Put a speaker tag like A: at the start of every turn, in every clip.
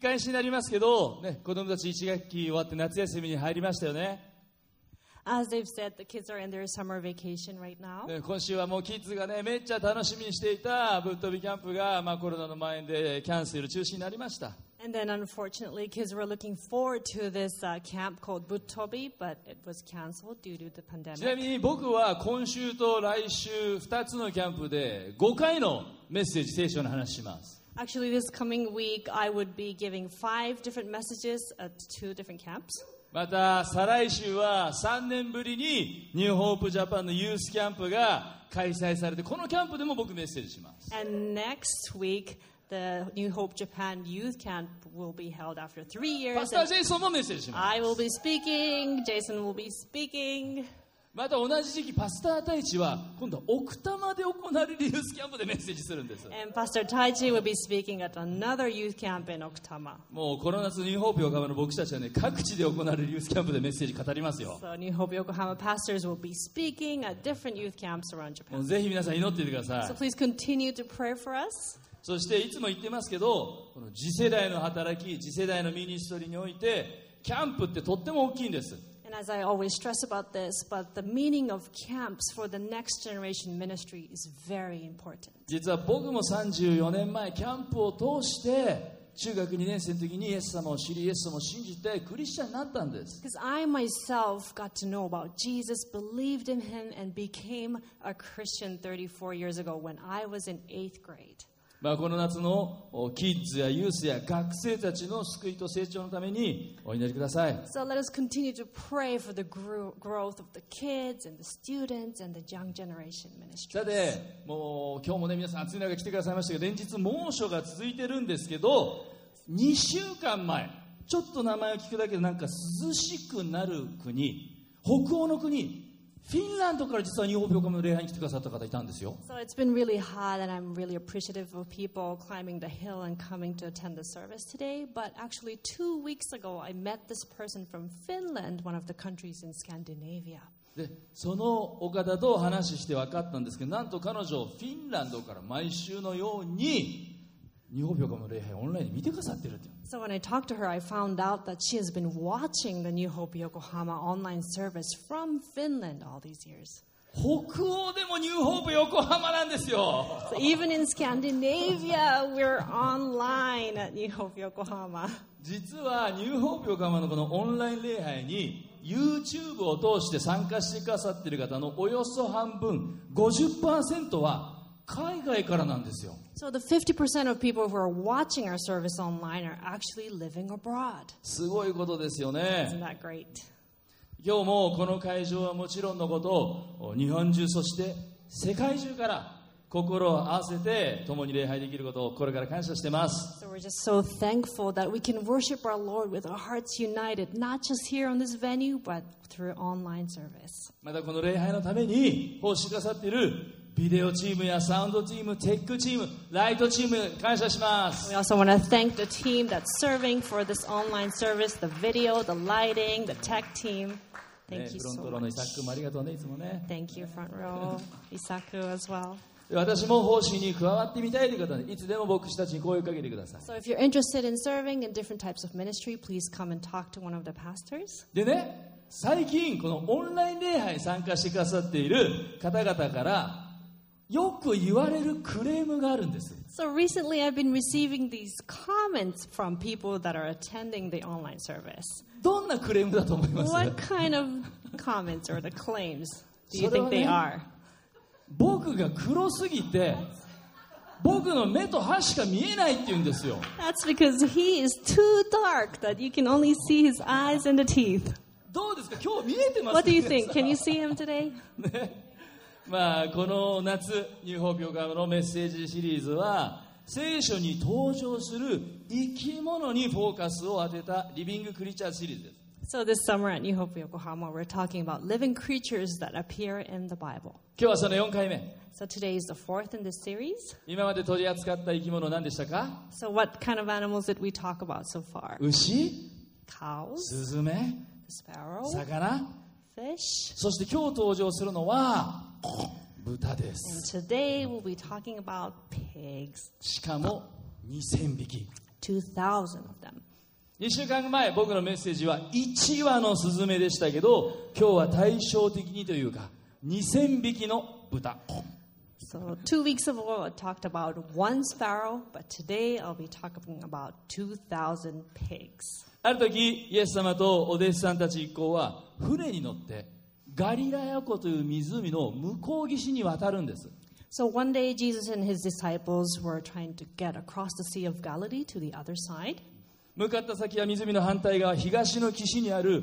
A: 返しになりますけど、ね、子供たち1学期終わって夏休みに入りましたよね。
B: As they've said, the kids are in their summer vacation right now.
A: ね今週はもうキッズがね、めっちゃ楽しみにしていたぶっ飛びキャンプが、まあ、コロナの蔓延でキャンセル中止になりました。
B: And then, unfortunately, kids were looking forward to this uh, camp called Buttobi, but it was canceled due to the
A: ちな
B: pandemic.
A: みに僕は今週と来週2つのキャンプで5回のメッセージ聖書の話します。
B: Actually, this coming week, I would be giving five different messages at two different camps.
A: また再来週は3年ぶりにニューホープジャパンのユースキャンプが開催されてこのキャンプでも僕メッセージします
B: And next week, the New Hope Japan Youth Camp will be held after three
A: パ
B: years.
A: スター
B: and
A: ジェイソンもメッセージします
B: I will be speaking, Jason will be speaking.
A: また同じ時期パスター太一は今度は奥多摩で行われるユースキャンプでメッセージするんです
B: And Pastor Taiji will be speaking at another youth camp in Oktama.
A: もうこの夏ニューホープ横浜の僕たちはね各地で行われるユースキャンプでメッセージ語りますよ
B: So New Hope Yokohama pastors will be speaking at different youth camps around
A: もう
B: Japan.
A: ぜひ皆さん祈っていてくださ
B: So
A: い
B: please continue to pray for us.
A: そしていつも言ってますけどこの次世代の働き次世代のミニストリーにおいてキャンプってとっても大きいんです
B: And as I always stress about this, but the meaning of camps for the next generation ministry is very important.
A: 実は僕も34年前キャンプを通して中学2年生の時にイエス様を知りイエス様を信じてクリスチャンになったんです
B: Because I myself got to know about Jesus, believed in him, and became a Christian 34 years ago when I was in eighth grade.
A: まあ、この夏のおキッズやユースや学生たちの救いと成長のためにお祈りください
B: So let us continue to pray for the gro- growth of the kids and the students and the young
A: さ
B: generation ministry.
A: てもう今日もね皆さん暑い中来てくださいましたけど連日猛暑が続いてるんですけど2週間前ちょっと名前を聞くだけでなんか涼しくなる国北欧の国フィンランドから実は日本病の礼拝に来てくださった方いたんですよ
B: So it's been really hot, and I'm really appreciative of people climbing the hill and coming to attend the service today. But actually, two weeks ago, I met this person from Finland, one of the countries in Scandinavia.
A: でそのお方と話して分かったんですけどなんと彼女フィンランドから毎週のように日本病の礼拝をオンラインで見てくださってるっていう
B: So when I talked to her, I found out that she has been watching the New Hope Yokohama online service from Finland all these years.
A: 北欧でもニューホープ横浜なんですよ
B: So even in Scandinavia, we're online at New Hope Yokohama.
A: 実はニューホープ横浜のこのオンライン礼拝に YouTube を通して参加してくださってる方のおよそ半分50%は海外からなんですよ
B: So the 50% of people who are watching our service online are actually living abroad.
A: すごいことですよね
B: Isn't that great?
A: 今日もこの会場はもちろんのこと日本中そして世界中から心を合わせて共に礼拝できることをこれから感謝してます
B: So we're just so thankful that we can worship our Lord with our hearts united, not just here on this venue, but through online service.
A: またこの礼拝のために奉仕くださっているビデオチームやサウンドチームテックチームライトチーム感謝します
B: We also want to thank the team that's serving for this online service the video, the lighting, the tech team.
A: ね
B: Thank you
A: フロン
B: so
A: トローの
B: much.
A: イサックもありがとうねいつもね
B: Thank you, front row, Isaku as well.
A: で私も奉仕に加わってみたいという方はねいつでも僕たちに声をかけてください
B: So if you're interested in serving in different types of ministry, please come and talk to one of the pastors.
A: でね最近このオンライン礼拝に参加してくださっている方々からよく言われるクレームがあるんです
B: So recently I've been receiving these comments from people that are attending the online service.
A: どんなクレームだと思います
B: What kind of comments or the claims do you
A: Sort of
B: think they
A: an-
B: are?
A: 僕が黒すぎて僕の目と歯しか見えないって言うんですよ
B: That's because he is too dark that you can only see his eyes and the teeth.
A: どうですか今日見えてます
B: What do you think? Can you see him today?
A: ねまあこの夏ニューホープヨガのメッセージシリーズは聖書に登場する生き物にフォーカスを当てたリビングクリーチャーシリーズです
B: So this summer at New Hope Yokohama, we're talking about living creatures that appear in the Bible.
A: 今日はその4回目
B: So today is the fourth in this series.
A: 今まで取り扱った生き物何でしたか
B: So what kind of animals did we talk about so far?
A: 牛
B: Cows,
A: スズメ
B: the sparrow,
A: 魚
B: fish.
A: そして今日登場するのは豚で
B: And
A: す
B: today we'll be talking about pigs.
A: しかも2000匹
B: 2,000 of them.
A: 2週間前僕のメッセージは1羽のスズメでしたけど今日は対照的にというか2000匹の豚
B: So, two weeks ago, I talked about one sparrow, but today I'll be talking about 2,000 pigs.
A: ある時イエス様とお弟子さんたち一行は船に乗ってガリラヤ湖という湖の向こう岸に渡るんです
B: So, one day, Jesus and his disciples were trying to get across the Sea of Galilee to the other side.
A: 向かった先は湖の反対側東の岸にある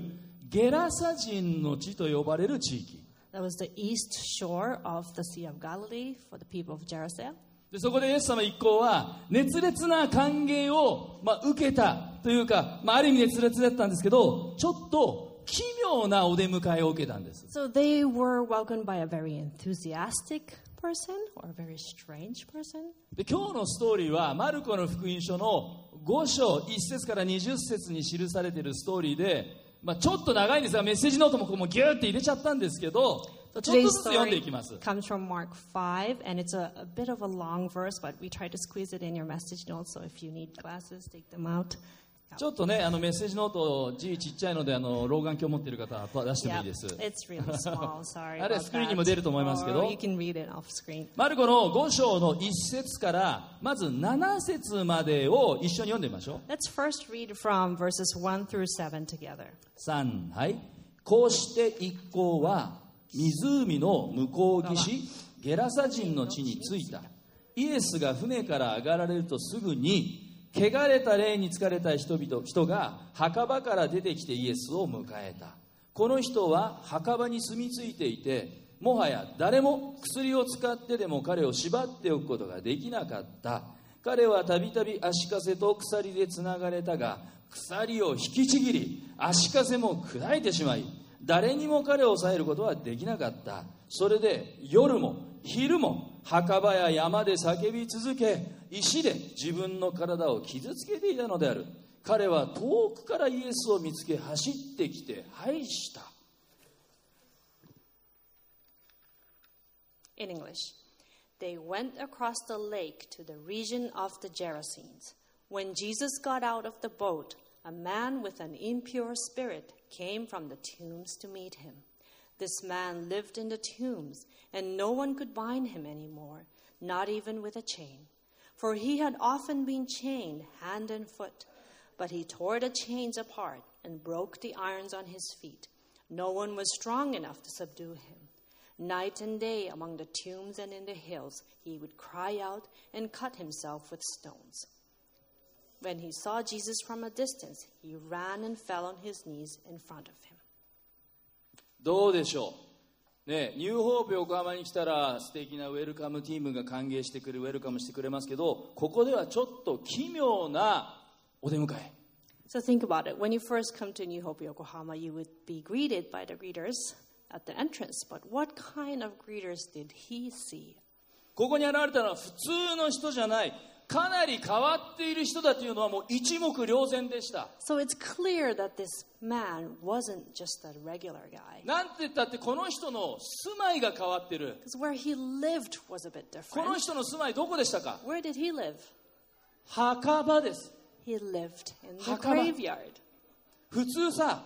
A: ゲラサ人の地と呼ばれる地域
B: That was the east shore of the Sea of Galilee for the people of Jerusalem.
A: でそこでイエス様一行は熱烈な歓迎を、まあ、受けたというか、まあ、ある意味熱烈だったんですけどちょっと奇妙なお出迎えを受けたんです
B: So, they were welcomed by a very enthusiastic person or a very strange person.
A: で今日のストーリーはマルコの福音書の5章1節から20節に記されているストーリーで、まあ、ちょっと長いんですがメッセージノートもここもギューって入れちゃったんですけどちょっとず
B: Today's
A: つ読んでいき
B: story
A: ます
B: comes from Mark 5, and it's a, a bit of a long verse, but we try to squeeze it in your message notes, so if you need glasses, take them out.
A: ちょっとねあのメッセージノート字ちっちゃいのであの老眼鏡持っている方は出してもい
B: Yeah,
A: いです
B: it's really small, sorry.
A: あれ、
B: about
A: スクリーンにも出ると思いますけど。
B: that. Or you can read it off screen.
A: マルコの5章の1節からまず7節までを一緒に読んでみましょう
B: Let's first read from verses 1 through 7 together.
A: 3はいこうして一行は湖の向こう岸ゲラサ人の地に着いたイエスが船から上がられるとすぐに汚れた霊に疲れた人々人が墓場から出てきてイエスを迎えたこの人は墓場に住み着いていてもはや誰も薬を使ってでも彼を縛っておくことができなかった彼はたびたび足かせと鎖でつながれたが鎖を引きちぎり足かせも砕いてしまい誰にも彼を抑えることはできなかったそれで夜も昼も墓場や山で叫び続け石で自分の体を傷つけていたのである彼は遠くからイエスを見つけ走ってきて拝した
B: In English, they went across the lake to the region of the Gerasenes. When Jesus got out of the boat, a man with an impure spirit came from the tombs to meet him. This man lived in the tombs, and no one could bind him anymore, not even with a chain. For he had often been chained hand and foot, but he tore the chains apart and broke the irons on his feet. No one was strong enough to subdue him. Night and day among the tombs and in the hills, he would cry out and cut himself with stones. When he saw Jesus from a distance, he ran and fell on his knees in front of him.
A: どうでしょう、ねえ、ニューホープ横浜に来たら素敵なウェルカムティームが歓迎してくれるウェルカムしてくれますけどここではちょっと奇妙なお出迎え
B: So think about it. When you first come to New Hope, Yokohama, you would be greeted by the greeters at the entrance. But what kind of greeters did he see?
A: ここに現れたのは普通の人じゃないかなり変わっている人だというのはもう一目瞭然でした
B: So it's clear that this man wasn't just a regular guy.
A: なんて言ったってこの人の住まいが変わってる
B: Because where he lived was a bit
A: この
B: different.
A: 人の住まいどこでしたか
B: Where did he live?
A: 墓場です
B: He lived in the
A: 墓場。
B: graveyard.
A: 普通さ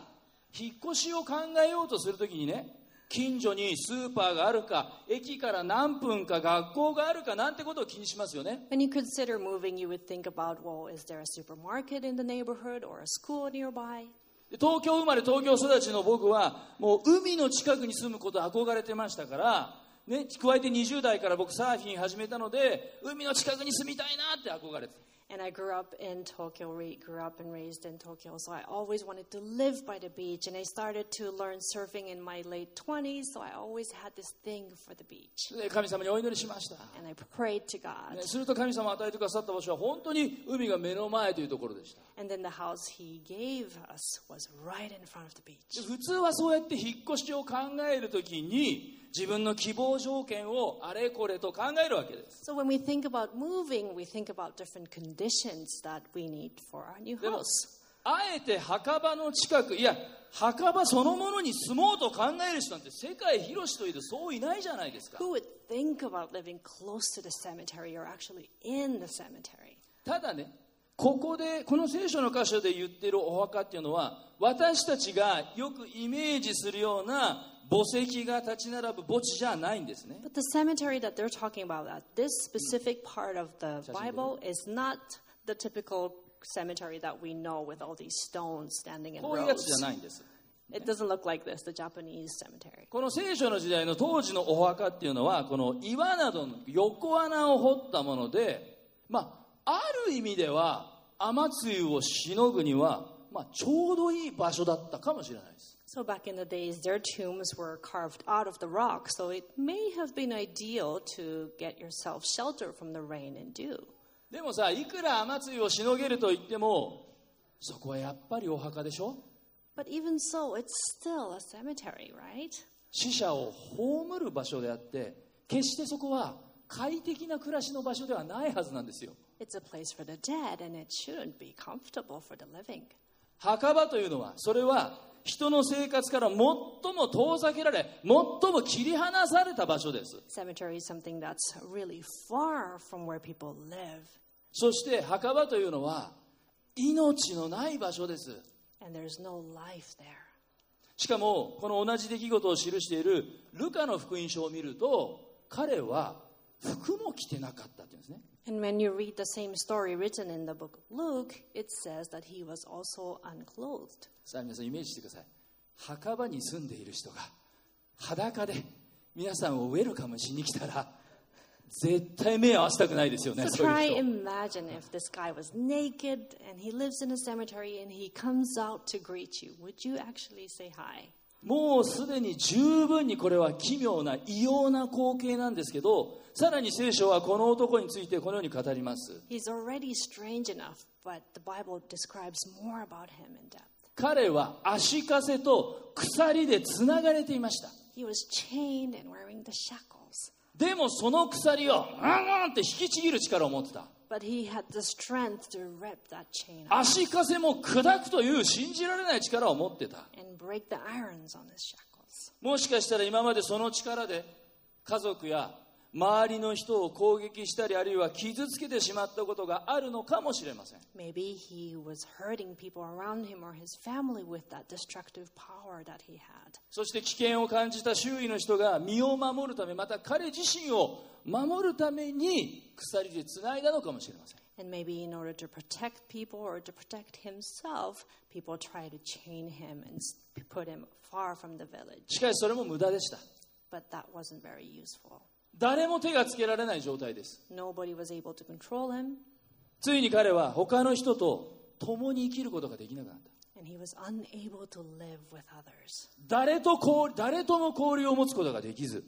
A: 引っ越しを考えようとするときにね近所にスーパーがあるか駅から何分か学校があるかなんてことを気にしますよね
B: When you consider moving, you would think about, well, is there a supermarket in the neighborhood or a school nearby?
A: で東京生まれ東京育ちの僕はもう海の近くに住むこと憧れてましたから、ね、加えて20代から僕サーフィン始めたので海の近くに住みたいなって憧れて
B: And I grew up in Tokyo, re- grew up and raised in Tokyo, so I always wanted to live by the beach. And I started to learn surfing in my late 20s, so I always had this thing for the beach.
A: で神様にお祈りしました、
B: And I prayed to God.
A: ねすると神様が与えてくださった場所は本当に海が目の前というところでした
B: And then the house He gave us was right in front of the beach.
A: 普通はそうやって引っ越しを考えるときに自分の希望条件をあれこれと考えるわけです
B: So when we think about moving, we think about different conditions that we need for our new
A: でも
B: house.
A: あえて墓場の近くいや墓場そのものに住もうと考える人なんて世界広しといてそういないじゃないですか
B: Who would think about living close to the cemetery or actually in the cemetery?
A: ただねここで、この聖書の箇所で言ってるお墓っていうのは、私たちがよくイメージするような墓石が立ち並ぶ墓地じゃないんですね。
B: But the cemetery that they're talking about, at this specific part of the Bible, is not the typical cemetery that we know with all these stones standing in
A: こういうやつ
B: rows.
A: じゃないんです。
B: It doesn't look like this, the Japanese cemetery.
A: この聖書の時代の当時のお墓っていうのは、この岩などの横穴を掘ったもので、まあ、ある意味では、雨露をしのぐには、まあ、ちょうどいい場所だったかもしれないです。
B: So back in the days, their tombs were carved out of the rock, so it may have been ideal to get yourself shelter from the rain and dew.
A: でもさ、いくら雨露をしのげると言っても、そこはやっぱりお墓でしょ
B: But even so, it's still a cemetery, right?
A: 死者を葬る場所であって決してそこは快適な暮らしの場所ではないはずなんですよ
B: It's a place for the dead, and it shouldn't be comfortable for the living.
A: 墓場というのはそれは人の生活から最も遠ざけられ最も切り離された場所です
B: Cemetery is something that's really far from where people live,
A: そして墓場というのは命のない場所です
B: and there's no life there.
A: しかもこの同じ出来事を記しているルカの福音書を見ると彼は服も着てなかったっていうんですね
B: And when you read the same story written in the book of Luke, it says that he was also unclothed.
A: さあ皆さんイメージしてください墓場に住んでいる人が裸で皆さんをウェルカムしに来たら絶対目合わせたくないですよね
B: So
A: そう
B: try
A: いう人
B: imagine if this guy was naked and he lives in a cemetery and he comes out to greet you. Would you actually say hi?
A: もうすでに十分にこれは奇妙な異様な光景なんですけどさらに聖書はこの男についてこのように語ります
B: He's already strange enough, but the Bible describes more about him in depth.
A: 彼は足かせと鎖でつながれていました
B: He was chained and wearing the shackles,
A: でもその鎖をうんうんって引きちぎる力を持ってた
B: but he had the strength to rip that chain off
A: 足かせも砕くという信じられない力を持ってた
B: and break the irons on his shackles.
A: もしかしたら今までその力で家族や周りの人を攻撃したりあるいは傷つけてしまったことがあるのかもしれません
B: Maybe he was hurting people around him or his family with that destructive power that he had.
A: そして危険を感じた周囲の人が身を守るためまた彼自身を守るために鎖でつないだのかもしれません
B: And maybe in order to protect people or to protect himself, people tried to chain him and s- put him far from the village.
A: しかしそれも無駄でした
B: But that wasn't very useful.
A: 誰も手がつけられない状態です
B: Nobody was able to control him,
A: ついに彼は他の人と共に生きることができなくなった
B: and he was unable to live with others.
A: 誰と交誰とも交流を持つことができず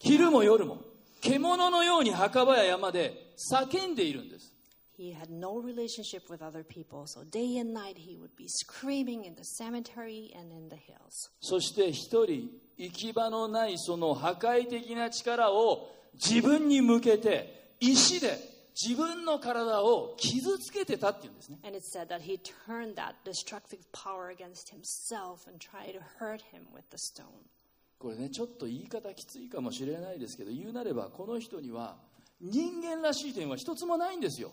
A: 昼も夜も獣のように墓場や山で叫んでいるんです
B: He had no relationship with other people, so day and night he would be screaming in the cemetery and in the hills.
A: そして一人行き場のないその破壊的な力を自分に向けて石で自分の体を傷つけてたっていうんですね
B: And it said that he turned that destructive power against himself and tried to hurt him with the stone.
A: これねちょっと言い方きついかもしれないですけど言うなればこの人には人間らしい点は一つもないんですよ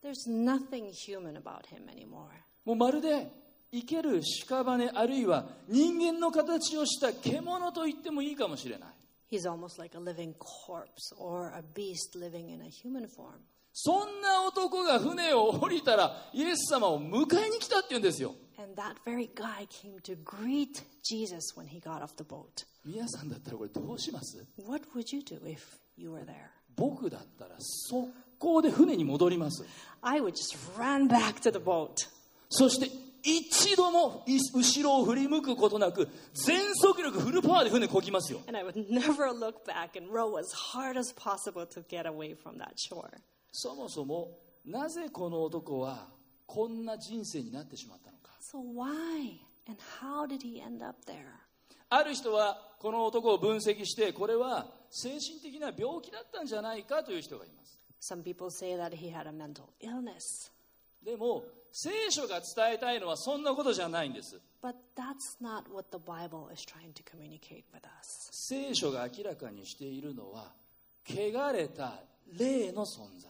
B: There's nothing human about him anymore.
A: もうまるで生ける屍あるいは人間の形をした獣と言ってもいいかもしれない
B: He's almost like a living corpse or a beast living in a human form.
A: そんな男が船を降りたらイエス様を迎えに来たって言うんですよ
B: And that very guy came to greet Jesus when he got off the boat.
A: 皆さんだったらこれどうします
B: What would you do if you were there?
A: 僕だったら速攻で船に戻ります
B: I would just run back to the boat.
A: そして一度もい後ろを振り向くことなく全速力フルパワーで船こぎますよ
B: And I would never look back and row as hard as possible to get away from that shore.
A: そもそもなぜこの男はこんな人生になってしまったのか
B: So, why and how did he end up there?
A: ある人はこの男を分析してこれは精神的な病気だったんじゃないかという人がいます
B: Some people say that he had a mental illness,
A: でも聖書が伝えたいのはそんなことじゃないんです
B: but that's not what the Bible is trying to communicate with us.
A: 聖書が明らかにしているのは汚れた霊の存在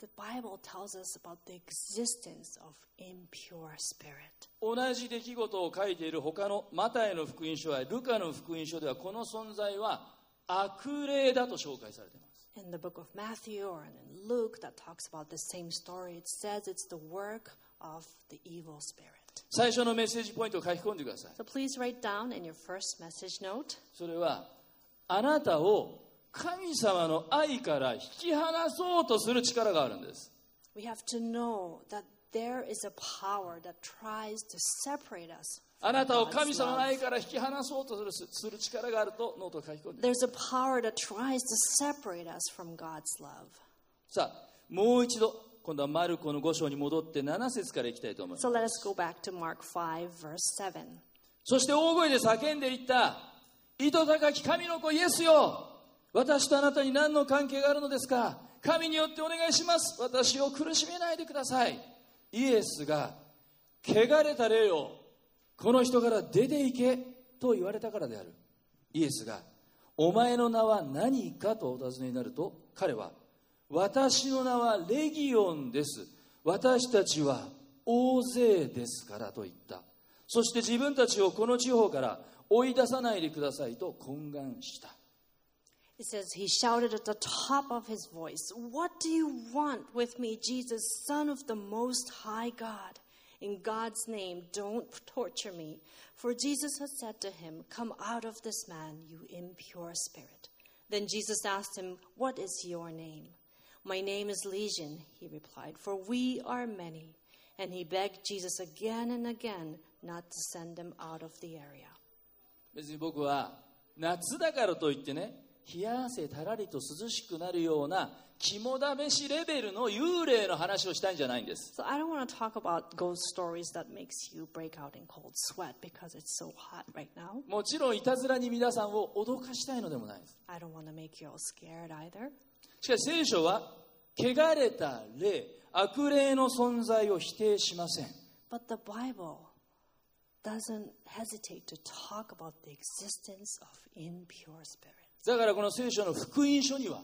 B: The Bible tells us about the existence of impure spirit.
A: 同じ出来事を書いている他のマタイの福音書やルカの福音書ではこの存在は悪霊だと紹介されています
B: In the book of Matthew or in Luke that talks about the same story, it says it's the work of the evil spirit.
A: 最初のメッセージポイントを書き込んでください
B: So please write down in your first message note
A: それはあなたを神様の愛から引き離そうとする力があるんです
B: We have to know that there is a power that tries to separate us.
A: あなたを
B: God's
A: 神様の
B: love.
A: 愛から引き離そうとするする力があるとノートを書き込んで
B: There's a power that tries to separate us from God's love.
A: さあもう一度今度はマルコの5章に戻って7節からいきたいと思います
B: So let us go back to Mark 5, verse 7.
A: そして大声で叫んでいった糸高き神の子イエスよ私とあなたに何の関係があるのですか神によってお願いします私を苦しめないでくださいイエスが汚れた霊をこの人から出て行けと言われたからであるイエスがお前の名は何かとお尋ねになると彼は私の名はレギオンです私たちは大勢ですからと言ったそして自分たちをこの地方から追い出さないでくださいと懇願した
B: It says, He shouted at the top of his voice, What do you want with me, Jesus, Son of the Most High God? In God's name, don't torture me. For Jesus had said to him, Come out of this man, you impure spirit. Then Jesus asked him, What is your name? My name is Legion, he replied, for we are many. And he begged Jesus again and again not to send them out of the area.
A: 別に僕は夏だからといってね冷や汗たらりと涼しくなるような肝試しレベルの幽霊の話をしたいんじゃないんです
B: So I don't want to talk about ghost stories that makes you break out in cold sweat because it's so hot right now.
A: もちろんいたずらに皆さんを脅かしたいのでもないです。
B: I don't want to make you all scared either.
A: しかし聖書は、汚れた霊、悪霊の存在を否定しません。
B: But the Bible doesn't hesitate to talk about the existence of impure spirits.
A: だからこの聖書の福音書には、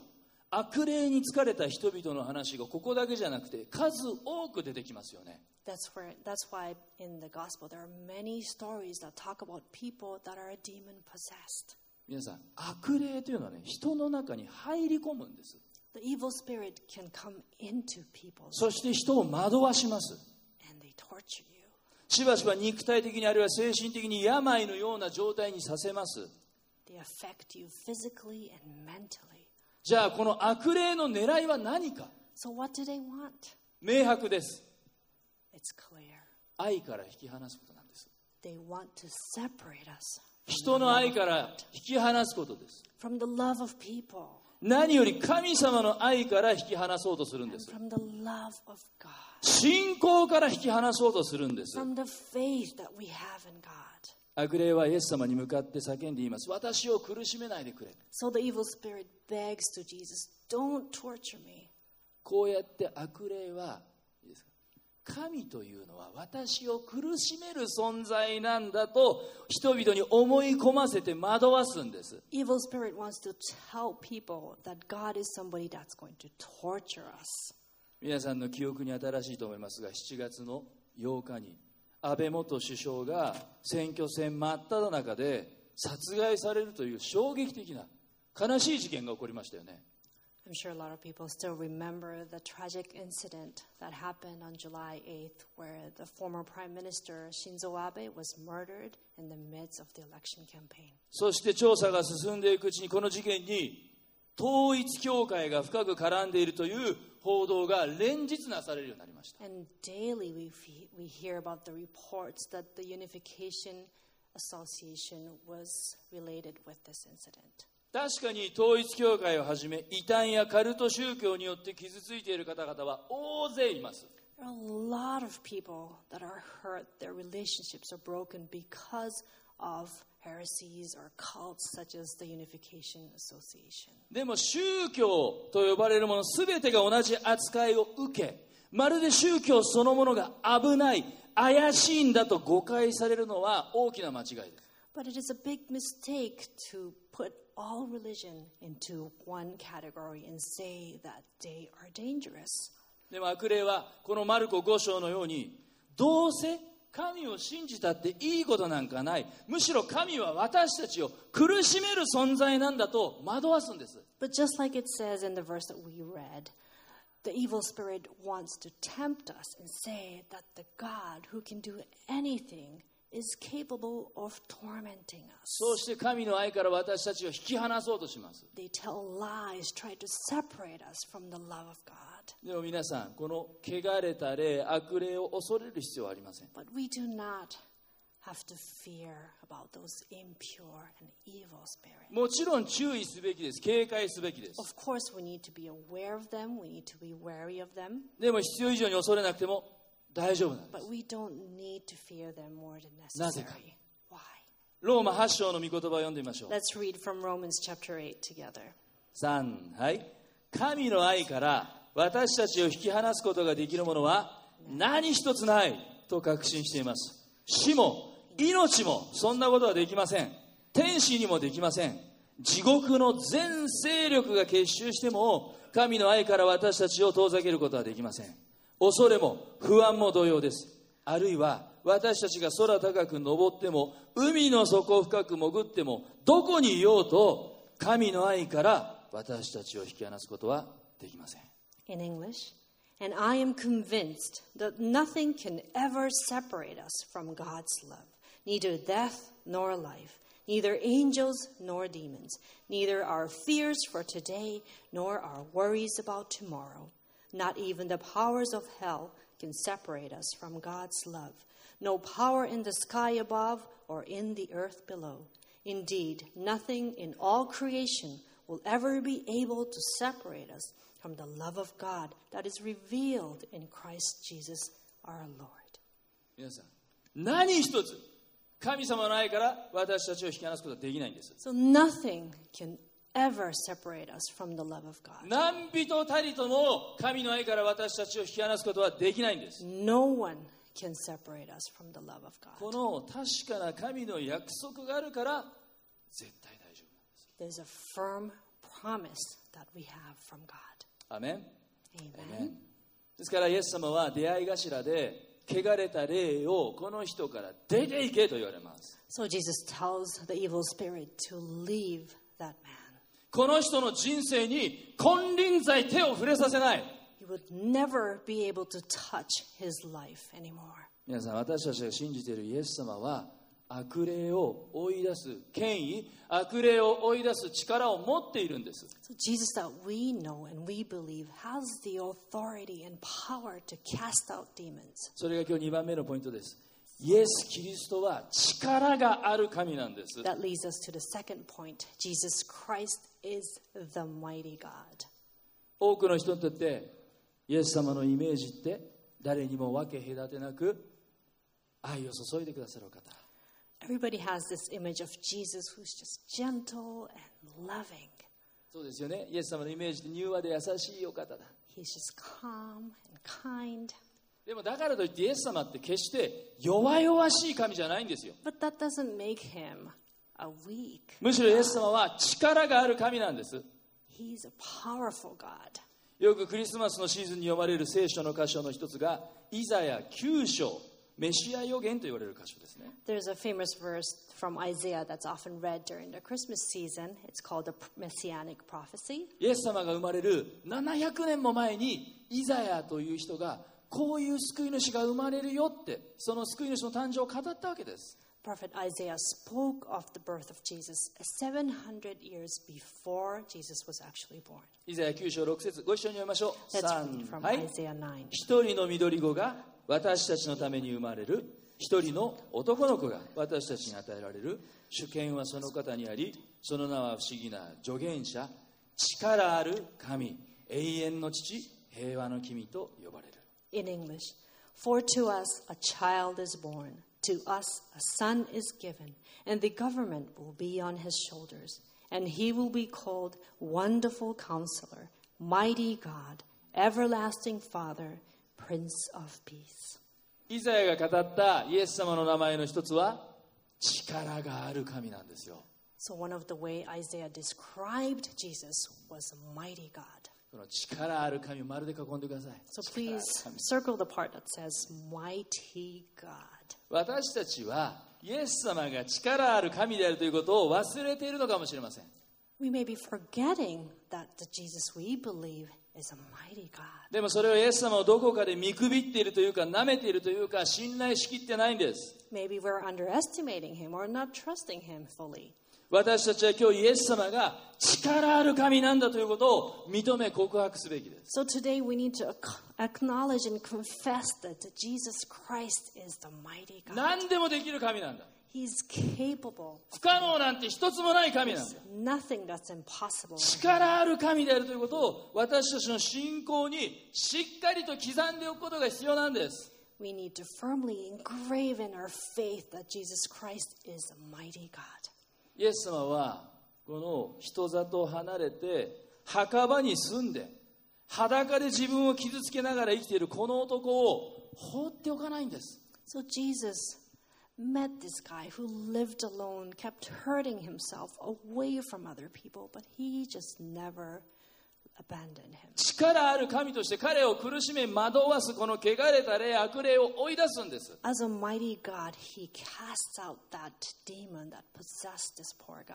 A: 悪霊に疲れた人々の話がここだけじゃなくて数多く出てきますよね。
B: That's where that's why in the gospel there are many stories that talk about people that are demon possessed.
A: 皆さん、悪霊というのはね、人の中に入り込むんです。
B: The evil spirit can come into people
A: そして人を惑わします。
B: and they torture you.
A: しばしば肉体的にあるいは精神的に病のような状態にさせます。
B: They affect you physically and mentally.
A: じゃあこの悪霊の狙いは何か
B: So, what do they want?
A: 明白です。
B: It's clear.
A: 愛から引き離すことなんです。
B: They want to separate us
A: 人の愛から引き離すことです。
B: from the love of people,
A: 何より神様の愛から引き離そうとするんです。
B: from the love of God,
A: 信仰から引き離そうとするんです。
B: from the faith that we have in God.
A: 悪霊はイエス様に向かって叫んで言います。私を苦しめないでくれ。
B: So the evil spirit begs to Jesus, Don't torture me.
A: こうやって悪霊はいいですか神というのは私を苦しめる存在なんだと人々に思い込ませて惑わすんです。
B: Evil spirit wants to tell people that God is somebody that's going to torture us.
A: 皆さんの記憶に新しいと思いますが7月の8日に安倍元首相が選挙戦真っ只中で殺害されるという衝撃的な悲しい事件が起こりましたよね
B: I'm sure a lot of people still remember the tragic incident that happened on July 8th, where the former Prime Minister Shinzo Abe was murdered in the midst of the election campaign.
A: そして調査が進んでいくうちにこの事件に統一教会が深く絡んでいるという報道が連日なされるようになりました
B: And daily we, fe- we hear about the reports that the Unification Association was related with this incident.
A: 確かに統一教会をはじめ異端やカルト宗教によって傷ついている方々は大勢います
B: There are a lot of people that are hurt, their relationships are broken because of heresies or cults such as the Unification Association.
A: でも宗教と呼ばれるもの全てが同じ扱いを受けまるで宗教そのものが危ない怪しいんだと誤解されるのは大きな間違いです
B: But it is a big mistake to put all religion into one category and say that they are dangerous.
A: でも悪霊はこのマルコ5章のようにどうせ神を信じたっていいことなんかないむしろ神は私たちを苦しめる存在なんだと惑わすんです
B: But just like it says in the verse that we read, the evil spirit wants to tempt us and say that the God who can do anything is capable of tormenting us.
A: そうして神の愛から私たちを引き離そうとします
B: They tell lies, try to separate us from the love of God.
A: でも皆さんこの汚れた霊悪霊を恐れる必要はありません
B: But we do not have to fear about those impure and evil spirits.
A: もちろん注意すべきです警戒すべきです
B: Of course, we need to be aware of them, we need to be wary of them,
A: でも必要以上に恐れなくても大丈夫なんです
B: but we don't need to fear them more than
A: なぜか。
B: necessary. Why?
A: ローマ8章の御言葉を読んでみましょう
B: Let's read from Romans chapter 8 together.
A: 3はい神の愛から私たちを引き離すことができるものは何一つないと確信しています死も命もそんなことはできません天使にもできません地獄の全勢力が結集しても神の愛から私たちを遠ざけることはできません恐れも不安も同様ですあるいは私たちが空高く登っても海の底深く潜ってもどこにいようと神の愛から私たちを引き離すことはできません
B: in English. And I am convinced that nothing can ever separate us from God's love, neither death nor life, neither angels nor demons, neither our fears for today nor our worries about tomorrow. Not even the powers of hell can separate us from God's love. No power in the sky above or in the earth below. Indeed, nothing in all creation will ever be able to separate us from the love of God that is revealed in Christ Jesus our Lord.
A: 皆さん何一つ神様の愛から私たちを引き離すことはできないんです
B: So nothing can ever separate us from the love of God.
A: 何人たりとも神の愛から私たちを引き離すことはできないんです
B: No one can separate us from the love of
A: こ
B: God.
A: の確かな神の約束があるから絶対大丈夫
B: There's a firm promise that we have from God.
A: アメン
B: Amen.
A: ですからイエス様は出会い頭で汚れた霊をこの人から出て行けと言われます
B: So Jesus tells the evil spirit to leave that man.
A: この人の人生に金輪際手を触れさせない
B: He would never be able to touch his life anymore.
A: 皆さん私たちが信じているイエス様は悪霊を追い出す権威悪霊を追い出す力を持っているんです
B: So Jesus that we know and we believe has the authority and power to cast out demons.
A: それが今日2番目のポイントですイエス・キリストは力がある神なんです
B: That leads us to the second point. Jesus Christ is the mighty God.
A: 多くの人にとってイエス様のイメージって誰にも分け隔てなく愛を注いでくださるお方
B: Everybody has this image of Jesus who's just gentle and loving.
A: そうですよねイエス様のイメージって柔和で優しいお方だ
B: He's just calm and kind.
A: でもだからといってイエス様って決して弱々しい神じゃないんですよ
B: But that doesn't make him a weak.
A: むしろイエス様は力がある神なんです
B: He's a powerful God.
A: よくクリスマスのシーズンに読まれる聖書の箇所の一つがイザヤ9章メシア予言と言われる箇所ですね
B: There's a famous verse from Isaiah that's often read during the Christmas season. It's called the P- Messianic Prophecy.
A: イエス様が生まれる700年も前にイザヤという人がこういう救い主が生まれるよってその救い主の誕生を語ったわけです
B: Prophet Isaiah spoke of the birth of Jesus 700 years before Jesus was actually born.
A: イザヤ9章6節ご一緒に読みましょう
B: Let's read
A: 3
B: from
A: はい
B: Isaiah 9.
A: 一人の緑子が私たちのために生まれる一人の男の子が私たちに与えられる主権はその方にありその名は不思議な助言者力ある神永遠の父平和の君と呼ばれる
B: In English, for to us a child is born, to us a son is given, and the government will be on his shoulders, and he will be called Wonderful Counselor, Mighty God, Everlasting Father, Prince of Peace.
A: イザヤが語ったイエス様の名前の一つは力がある神なんですよ
B: So one of the way Isaiah described Jesus was mighty God.
A: ここの力ある神を丸で囲んでください。
B: So please circle the part that says, Mighty God.
A: 私たちはイエス様が力ある神であるということを忘れているのかもしれません。
B: We may be forgetting that the Jesus we believe is a mighty God.
A: でもそれをイエス様をどこかで見くびっているというか、舐めているというか、信頼しきってないんです。
B: Maybe we're underestimating him or not trusting him fully.
A: 私たちは今日イエス様が力ある神なんだということを認め告白すべきです。
B: So today we need to ac- acknowledge and confess that Jesus Christ is the mighty God.
A: 何でもできる神なんだ。
B: He's capable
A: 不可能なんて一つもない神なんだ
B: of。nothing that's impossible.
A: 力ある神であるということを私たちの信仰にしっかりと刻んでおくことが必要なんです。
B: We need to firmly engrave in our faith that Jesus Christ is a mighty God.
A: イエス様はこの人里を離れて墓場に住んで裸で自分を傷つけながら生きているこの男を放っておかないんです。
B: So Jesus met this guy who lived alone, kept hurting himself away from other people, but he just never abandoned him.
A: 力ある神として彼を苦しめ惑わすこの汚れた霊悪霊を追い出すんです。
B: As a mighty God, he casts out that demon that possessed this poor guy.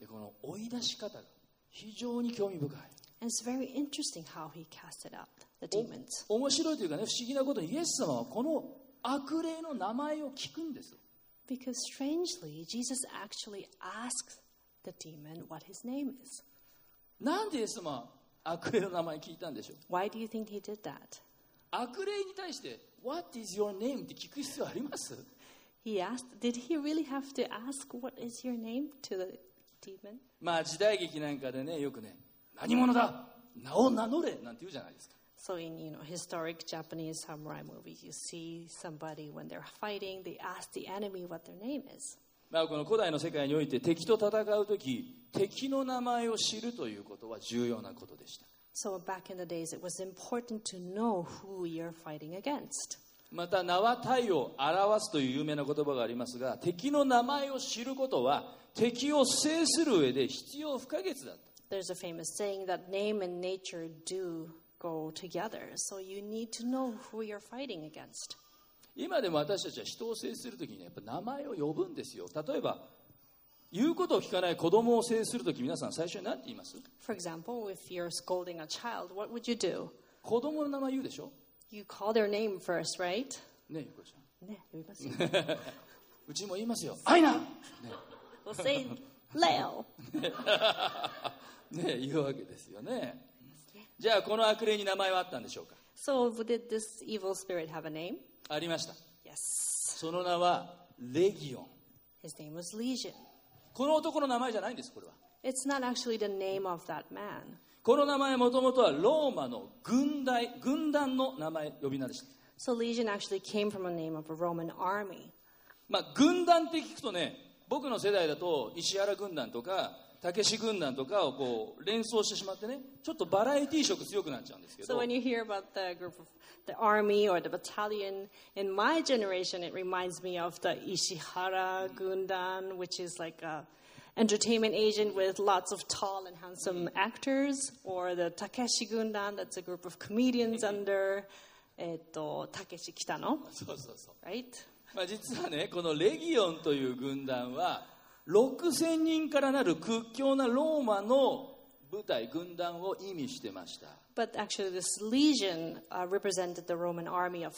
A: でこの追い出し方が非常に興味深い。
B: And it's very interesting how he casted out the demons.
A: 面白いというかね不思議なことにイエス様はこの悪霊の名前を聞くんです。
B: Because strangely, Jesus actually asks the demon what his name is.
A: なんでイエス様は悪霊の名前聞いたんでしょう
B: Why do you think he did that?
A: 悪霊に対して「What is your name?」って聞く必要あります
B: He asked, did he really have to ask, what is your name to the demon?
A: まあ時代劇なんかでねよくね「何者だ名を名乗れ」なんて言うじゃないですか
B: So in, you know, historic Japanese samurai movies, you see somebody when they're fighting, they ask the enemy what their name is.
A: まあこの古代の世界において敵と戦う時敵の名前を知るということは重要なことでした
B: So back in the days, it was important to know who you're fighting against.
A: また名は体を表すという有名な言葉がありますが敵の名前を知ることは敵を制する上で必要不可欠だった
B: There's a famous saying that name and nature do go together. So you need to know who you're fighting against.
A: 今でも私たちは人を制するときに、やっぱ名前を呼ぶんですよ例えば言うことを聞かない子供を制するとき皆さん最初に何て言います
B: For example, if you're scolding a child, what would you do?
A: 子供の名前言うでしょ
B: You call their name first, right?
A: ねえゆうこちゃん
B: Ne, we must-
A: うちも言いますよ「アイナ!」
B: we'll say Leo.
A: ねえ言うわけですよねじゃあこの悪霊に名前はあったんでしょうか
B: So did this evil spirit have a name?
A: ありました
B: Yes.
A: その名はレギオン
B: His name was Legion.
A: この男の名前じゃないんですこれは
B: It's not actually the name of that man.
A: この名前もともとはローマの軍隊軍団の名前呼び名でした、
B: So Legion actually came from a name of a Roman army.
A: まあ、軍団って聞くとね僕の世代だと石原軍団とか武志軍団とかをこう連想してしまってねちょっとバラエティー色強くなっちゃうんですけ
B: So
A: ど
B: when you hear about the group of the army or the battalion, in my generation, it reminds me of the Ishihara Gundan, which is like a entertainment agent with lots of tall and handsome actors, or the Takeshi Gundan, that's a group of comedians under eto, Takeshi Kitano,
A: そうそうそう、
B: right?
A: まあ、実はねこのレギオンという軍団は6000人からなる屈強なローマの部隊軍団を意味してました
B: But actually, this legion uh, represented the Roman army of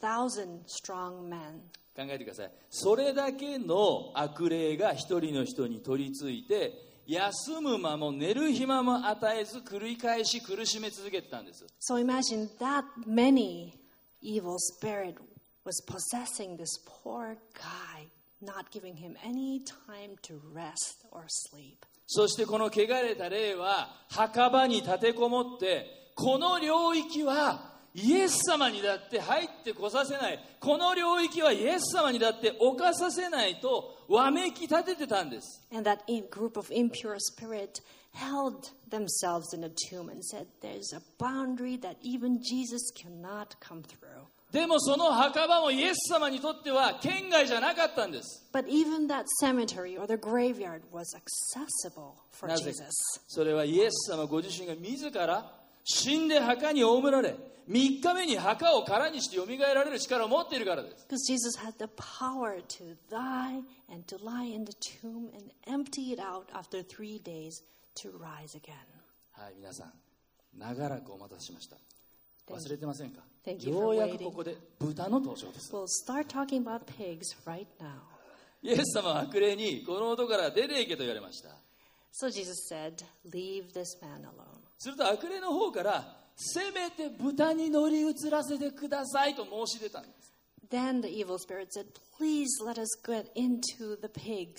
B: 6,000 strong men.
A: 考えてくださいそれだけの悪霊が一人の人に取り付いて休む間も寝る暇も与えず繰り返し苦しめ続けてたんです
B: So imagine that many evil spirit was possessing this poor guy, not giving him any time to rest or sleep.
A: そしてこの汚れた霊は墓場に立てこもってこの領域はイエス様にだって入ってこさせないこの領域はイエス様にだって犯させないとわめき立ててたんです
B: And that in- group of impure spirit held themselves in a tomb and said, There's a boundary that even Jesus cannot come through.
A: でもその墓場もイエス様にとっては県外じゃなかったんです
B: But even that cemetery or the graveyard was accessible for
A: なぜか
B: Jesus.
A: それはイエス様ご自身が自ら死んで墓に葬られ、3日目に墓を空にして蘇られる力を持っているからです。
B: Because Jesus had the power to die and to lie in the tomb and empty it out after three days to rise again.
A: はい、皆さん、長らくお待たせしました。忘れてませんか
B: Thank you
A: よう
B: for
A: やくここで豚の登場です。
B: We'll start talking about pigs right now.
A: イエス様は悪霊に、この男から出ていけと言われました。
B: So Jesus said, Leave this man alone.
A: すると悪霊の方から、せめて豚に乗り移らせてくださいと申し出たんです。
B: Then the evil spirit said, Please let us get into the pigs.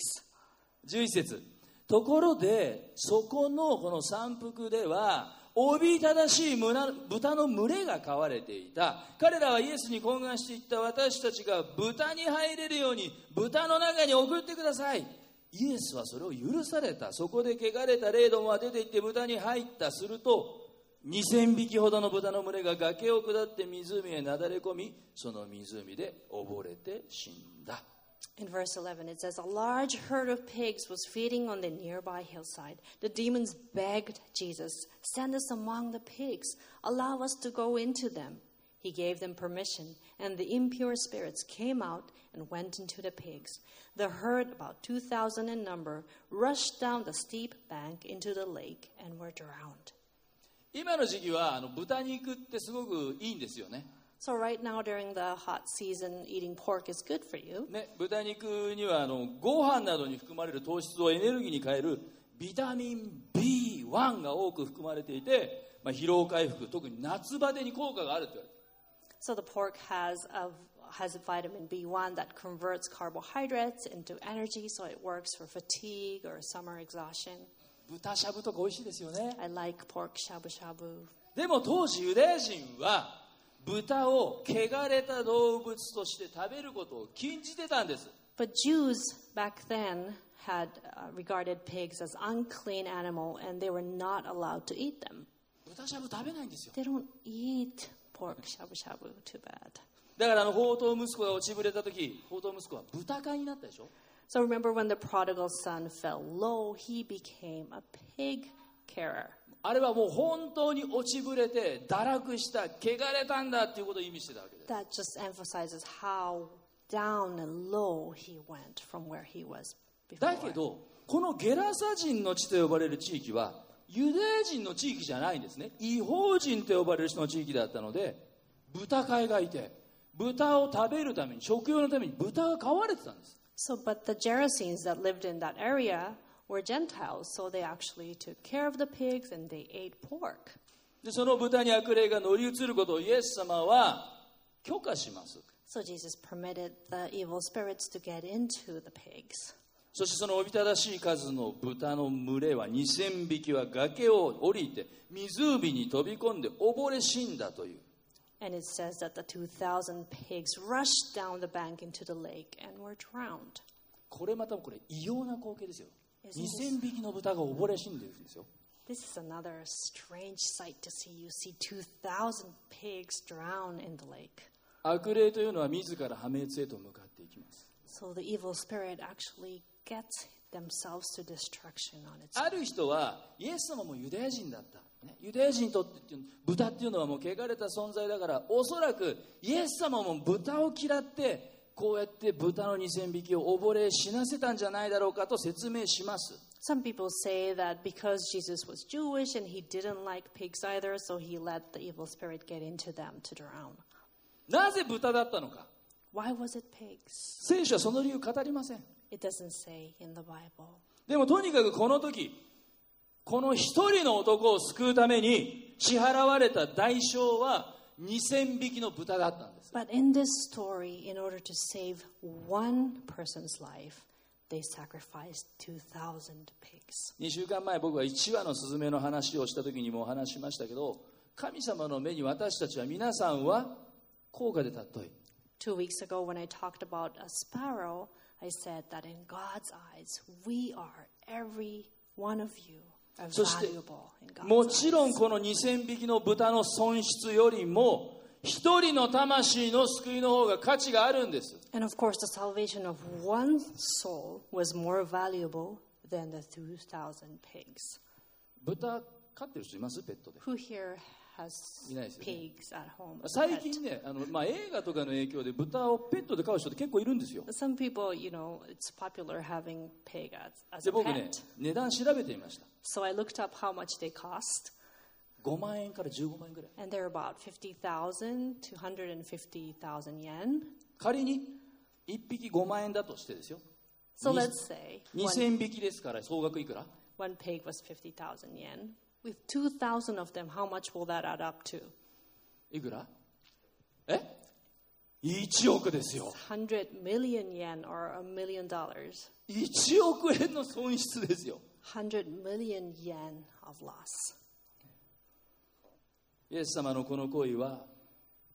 A: 11節ところで、そこのこの山腹では、おびただしい村豚の群れが飼われていた。彼らはイエスに懇願していった私たちが豚に入れるように豚の中に送ってください。イエスはそれを許された。そこで汚れた霊どもは出て行って豚に入った。すると、2000匹ほどの豚の群れが崖を下って湖へなだれ込み、その湖で溺れて死んだ。
B: In verse 11, it says, A large herd of pigs was feeding on the nearby hillside. The demons begged Jesus, Send us among the pigs, allow us to go into them. He gave them permission, and the impure spirits came out and went into the pigs. The herd, about 2,000 in number, rushed down the steep bank into the lake and were drowned.
A: 今の時期はあの豚肉ってすごくいいんですよね
B: So, right now during the hot season, eating pork is good for you.
A: ね豚肉にはあのご飯などに含まれる糖質をエネルギーに変えるビタミン B1 が多く含まれていて、まあ、疲労回復特に夏バテに効果があるって言われて
B: So, the pork has a, has a vitamin B1 that converts carbohydrates into energy, so it works for fatigue or summer exhaustion.
A: 豚しゃぶとか美味しいですよね
B: I like pork shabu shabu.
A: でも当時ユダヤ人は豚を汚れた動物として食べることを禁じてたんです
B: But Jews back then had uh, regarded pigs as unclean animal and they were not allowed to eat them.
A: 豚しゃぶ食べないんですよ
B: They don't eat pork shabu shabu, too bad.
A: だからあの宝刀息子が落ちぶれた時宝刀息子は豚飼いになったでしょ
B: So remember when the prodigal son fell low, he became a pig carer.
A: あれはもう本当に落ちぶれて堕落した汚れたんだっていうことを意味してたわけです
B: That just emphasizes how down and low he went from where he was
A: だけ
B: before.
A: どこのゲラサ人の地と呼ばれる地域はユダヤ人の地域じゃないんですね違法人と呼ばれる人の地域だったので豚飼いがいて豚を食べるために食用のために豚が飼われてたんです
B: So, but the Gerasenes that lived in that area were Gentiles, so they actually took care of the pigs and they ate pork.
A: でその豚に悪霊が乗り移ることをイエス様は許可します
B: So Jesus permitted the evil spirits to get into the pigs.
A: そしてそのおびただしい数の豚の群れは2000匹は崖を降りて湖に飛び込んで溺れ死んだという
B: And it says that the 2,000 pigs rushed down the bank into the lake and were drowned.
A: これまたこれ異様な光景ですよ
B: えそうです
A: 2000匹の豚が溺れ死んでるんですよ
B: This is another strange sight to see. You see 2,000 pigs drown in the lake.
A: 悪霊というのは自ら破滅へと向かっていきます
B: So the evil spirit actually gets themselves to destruction on its
A: ある人はイエス様もユダヤ人だった、ねユダヤ人にとってっていうの豚っていうのはもう汚れた存在だからおそらくイエス様も豚を嫌ってこうやって豚の2000匹を溺れ死なせたんじゃないだろうかと説明します
B: Some people say that because Jesus was Jewish and he didn't like pigs either, so he let the evil spirit get into them to drown.
A: なぜ豚だったのか
B: Why was it pigs?
A: 聖書はその理由語りません
B: It doesn't say in the Bible.
A: でもとにかくこの時この一人の男を救うために支払われた代償は2000匹の豚だったんです
B: But in this story, in order to save one person's life, they sacrificed 2,000 pigs.
A: 2週間前僕は1話のスズメの話をした時にもお話ししましたけど神様の目に私たちは皆さんは高価で尊い
B: Two weeks ago, when I talked about a sparrow, I said that in God's eyes, we are, every one of you, are
A: そして、
B: valuable in God's
A: も
B: eyes.
A: ちろんこの2000匹の豚の損失よりも一人の魂の救いの方が価値があるんです
B: And of course, the salvation of one soul was more valuable than the 2,000 pigs.
A: 豚飼ってる人いますペットで
B: Who here has
A: いないですよね。
B: pigs at home.
A: 最
B: pet.
A: 近ねあの、まあ、映画とかの影響で豚をペットで飼う人って結構いるんですよ
B: Some people, you know, it's popular having pig as, as
A: で
B: a
A: 僕ね
B: pet.
A: 値段調べてみました
B: So I looked up how much they cost,
A: 5万円から15万円ぐらい
B: and they're about 50,000 to 150,000 yen.
A: 仮に1匹5万円だとしてですよ
B: So
A: に
B: let's say one,
A: 2000匹ですから総額いくら
B: one pig was 50,000 yen. With 2,000 of them, how much will that add up to?
A: いくらえ1億ですよ
B: 100 million yen or a million dollars.
A: 1億円の損失ですよ
B: 100 million yen of loss.
A: イエス様のこの行為は